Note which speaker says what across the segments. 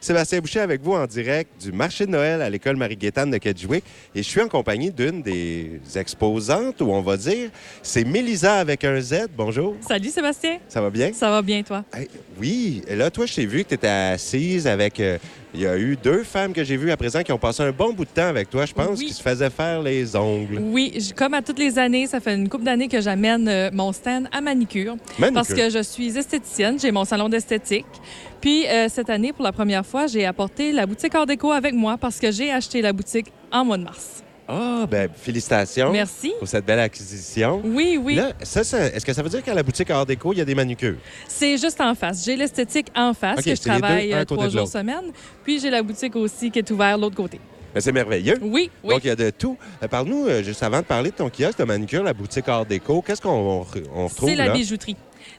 Speaker 1: Sébastien Boucher avec vous en direct du marché de Noël à l'école Marie-Guétane de Kedjoué. Et je suis en compagnie d'une des exposantes, ou on va dire, c'est Mélisa avec un Z. Bonjour.
Speaker 2: Salut Sébastien.
Speaker 1: Ça va bien?
Speaker 2: Ça va bien, toi?
Speaker 1: Hey, oui. Et là, toi, je t'ai vu que tu étais assise avec. euh, il y a eu deux femmes que j'ai vues à présent qui ont passé un bon bout de temps avec toi, je pense,
Speaker 2: Oui.
Speaker 1: qui se faisaient faire les ongles.
Speaker 2: Oui, je- comme à toutes les années, ça fait une couple d'années que j'amène euh, mon stand à manicure,
Speaker 1: Manicure.
Speaker 2: parce que je suis esthéticienne, j'ai mon salon d'esthétique. Puis euh, cette année, pour la première fois, j'ai apporté la boutique Art déco avec moi parce que j'ai acheté la boutique en mois de mars.
Speaker 1: Ah, ben, félicitations.
Speaker 2: Merci.
Speaker 1: Pour cette belle acquisition.
Speaker 2: Oui, oui,
Speaker 1: Là, ça, ça- est-ce que ça veut dire qu'à la boutique Art Déco, il y a des manucures?
Speaker 2: c'est juste en face. J'ai l'esthétique en face
Speaker 1: OK,
Speaker 2: que je
Speaker 1: c'est les deux,
Speaker 2: travaille
Speaker 1: un à
Speaker 2: euh,
Speaker 1: côté
Speaker 2: trois
Speaker 1: de
Speaker 2: jours
Speaker 1: l'autre.
Speaker 2: semaine. Puis j'ai la boutique aussi qui est ouverte l'autre côté.
Speaker 1: Ben, c'est merveilleux.
Speaker 2: Oui, oui.
Speaker 1: Donc, il y a de tout. Euh, Parle-nous, euh, juste avant de parler de ton kiosque de manucure, la boutique Art Déco, qu'est-ce qu'on on re- on retrouve
Speaker 2: C'est la
Speaker 1: là?
Speaker 2: bijouterie.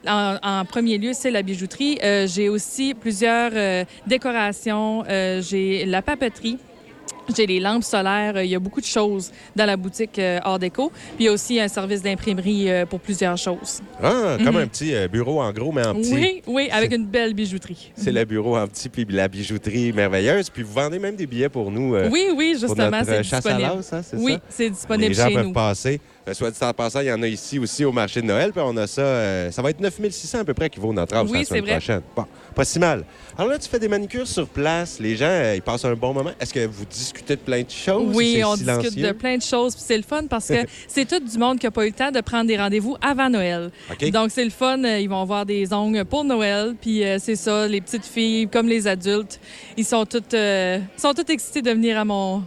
Speaker 2: En, en premier lieu, c'est la bijouterie. Euh, j'ai aussi plusieurs euh, décorations. Euh, j'ai la papeterie. J'ai les lampes solaires. Euh, Il y a beaucoup de choses dans la boutique euh, Art déco. Puis il y a aussi un service d'imprimerie euh, pour plusieurs choses.
Speaker 1: Ah, comme un petit euh, bureau en gros, mais en petit.
Speaker 2: Mhm. Oui, oui, avec une belle bijouterie.
Speaker 1: C'est le bureau en petit, puis la bijouterie merveilleuse. Puis vous vendez même des billets pour nous. euh,
Speaker 2: oui, oui,
Speaker 1: pour
Speaker 2: justement,
Speaker 1: notre, euh,
Speaker 2: c'est
Speaker 1: chasse
Speaker 2: disponible.
Speaker 1: à l'as, hein, c'est
Speaker 2: oui,
Speaker 1: ça?
Speaker 2: c'est disponible
Speaker 1: Les gens
Speaker 2: chez
Speaker 1: peuvent
Speaker 2: nous.
Speaker 1: passer. Euh, soit dit en passant, il y en a ici aussi au marché de Noël. Puis on a ça. euh, ça va être 9600 à peu près qui vaut notre entrave
Speaker 2: Oui,
Speaker 1: la semaine
Speaker 2: c'est vrai.
Speaker 1: prochaine. Bon, pas si mal. Alors là, tu fais des manicures sur place. Les gens, euh, ils passent un bon moment. Est-ce que vous discutez de plein de choses? ou
Speaker 2: Oui,
Speaker 1: c'est
Speaker 2: on
Speaker 1: silencieux?
Speaker 2: discute de plein de choses. Puis c'est le fun parce que c'est tout du monde qui n'a pas eu le temps de prendre des rendez-vous avant Noël.
Speaker 1: OK.
Speaker 2: Donc, c'est le fun. Euh, Ils vont avoir des ongles pour Noël. Puis euh, c'est ça, les petites filles comme les adultes, ils sont toutes, euh, sont toutes excités de venir à mon,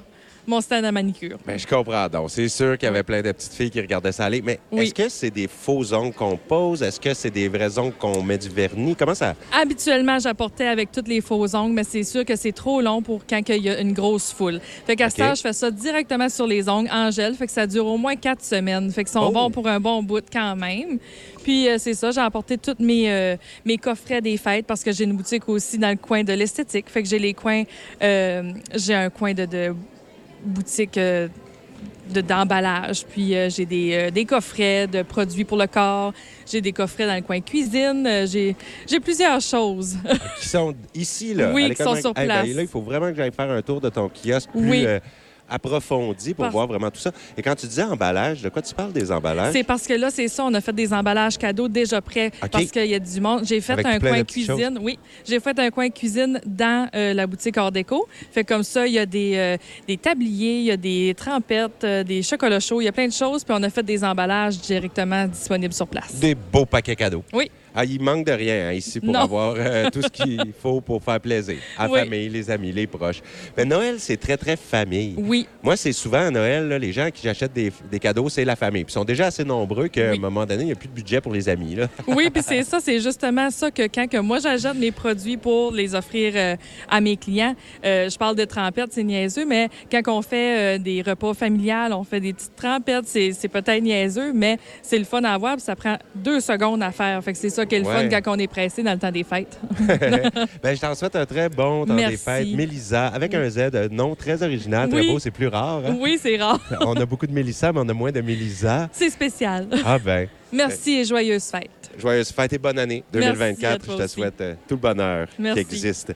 Speaker 2: mon stand à manicure.
Speaker 1: Ben, je comprends donc. C'est sûr qu'il y avait plein de petites filles qui regardaient ça aller. Mais
Speaker 2: Oui.
Speaker 1: est-ce que c'est des faux ongles qu'on pose? Est-ce que c'est des vrais ongles qu'on met du vernis? Comment ça?
Speaker 2: Habituellement, j'apportais avec toutes les faux ongles, mais c'est sûr que c'est trop long pour quand il y a une grosse foule. Fait qu'à
Speaker 1: OK.
Speaker 2: ça, je fais ça directement sur les ongles en gel. Fait que ça dure au moins quatre semaines. Fait qu'ils sont
Speaker 1: Oh.
Speaker 2: bons pour un bon bout quand même. Puis euh, c'est ça, j'ai apporté tous mes, euh, mes coffrets des fêtes parce que j'ai une boutique aussi dans le coin de l'esthétique. Fait que j'ai les coins... euh, j'ai un coin de, de boutique... euh, de- d'emballage. Puis euh, j'ai des, euh, des coffrets de produits pour le corps. J'ai des coffrets dans le coin cuisine. Euh, j'ai j'ai plusieurs choses.
Speaker 1: Qui sont ici, là?
Speaker 2: Oui,
Speaker 1: à l'école
Speaker 2: qui sont
Speaker 1: Mac-
Speaker 2: sur
Speaker 1: Eh ben,
Speaker 2: place.
Speaker 1: là, il faut vraiment que j'aille faire un tour de ton kiosque plus
Speaker 2: Oui.
Speaker 1: euh, approfondi pour
Speaker 2: Parce-
Speaker 1: voir vraiment tout ça. Et quand tu dis emballage, de quoi tu parles des emballages?
Speaker 2: C'est parce que là, c'est ça, on a fait des emballages cadeaux déjà prêts
Speaker 1: Hein? OK.
Speaker 2: parce qu'il y a du monde. J'ai fait
Speaker 1: Avec
Speaker 2: un
Speaker 1: plein de
Speaker 2: coin
Speaker 1: petites
Speaker 2: cuisine. Oui, j'ai fait un coin cuisine dans euh, la boutique Hors Déco. Fait comme ça, il y a des, euh, des tabliers, il y a des trempettes, euh, des chocolats chauds, il y a plein de choses. Puis on a fait des emballages directement disponibles sur place.
Speaker 1: Des beaux paquets cadeaux.
Speaker 2: Oui.
Speaker 1: Ah, il manque de rien hein, ici pour
Speaker 2: Non.
Speaker 1: avoir euh, tout ce qu'il faut pour faire plaisir. À la
Speaker 2: Oui.
Speaker 1: famille, les amis, les proches. Mais Noël, c'est très, très famille.
Speaker 2: Oui,
Speaker 1: Moi, c'est souvent à Noël, là, les gens qui achètent des, des cadeaux, c'est la famille. Puis ils sont déjà assez nombreux qu'à
Speaker 2: Oui.
Speaker 1: un moment donné, il n'y a plus de budget pour les amis. Là.
Speaker 2: Oui, puis c'est ça, c'est justement ça que quand que moi j'achète mes produits pour les offrir euh, à mes clients, euh, je parle de trempettes, c'est niaiseux, mais quand on fait euh, des repas familiales, on fait des petites trempettes, c'est c'est peut-être niaiseux, mais c'est le fun à avoir, puis ça prend deux secondes à faire. Fait que c'est ça qui est le
Speaker 1: Ouais.
Speaker 2: fun quand on est pressé dans le temps des fêtes.
Speaker 1: Ben, je t'en souhaite un très bon temps des
Speaker 2: Merci.
Speaker 1: fêtes. Mélisa, avec un Z, euh, nom très original, très
Speaker 2: Oui.
Speaker 1: beau, c'est plus rare. hein?
Speaker 2: Oui, c'est rare.
Speaker 1: on a beaucoup de Mélissa, mais on a moins de Mélisa.
Speaker 2: C'est spécial.
Speaker 1: Ah ben,
Speaker 2: Merci et joyeuses fêtes.
Speaker 1: joyeuse fête et bonne année
Speaker 2: Merci à
Speaker 1: 2024.
Speaker 2: toi
Speaker 1: Je te
Speaker 2: aussi.
Speaker 1: souhaite euh, tout le bonheur
Speaker 2: Merci.
Speaker 1: qui existe.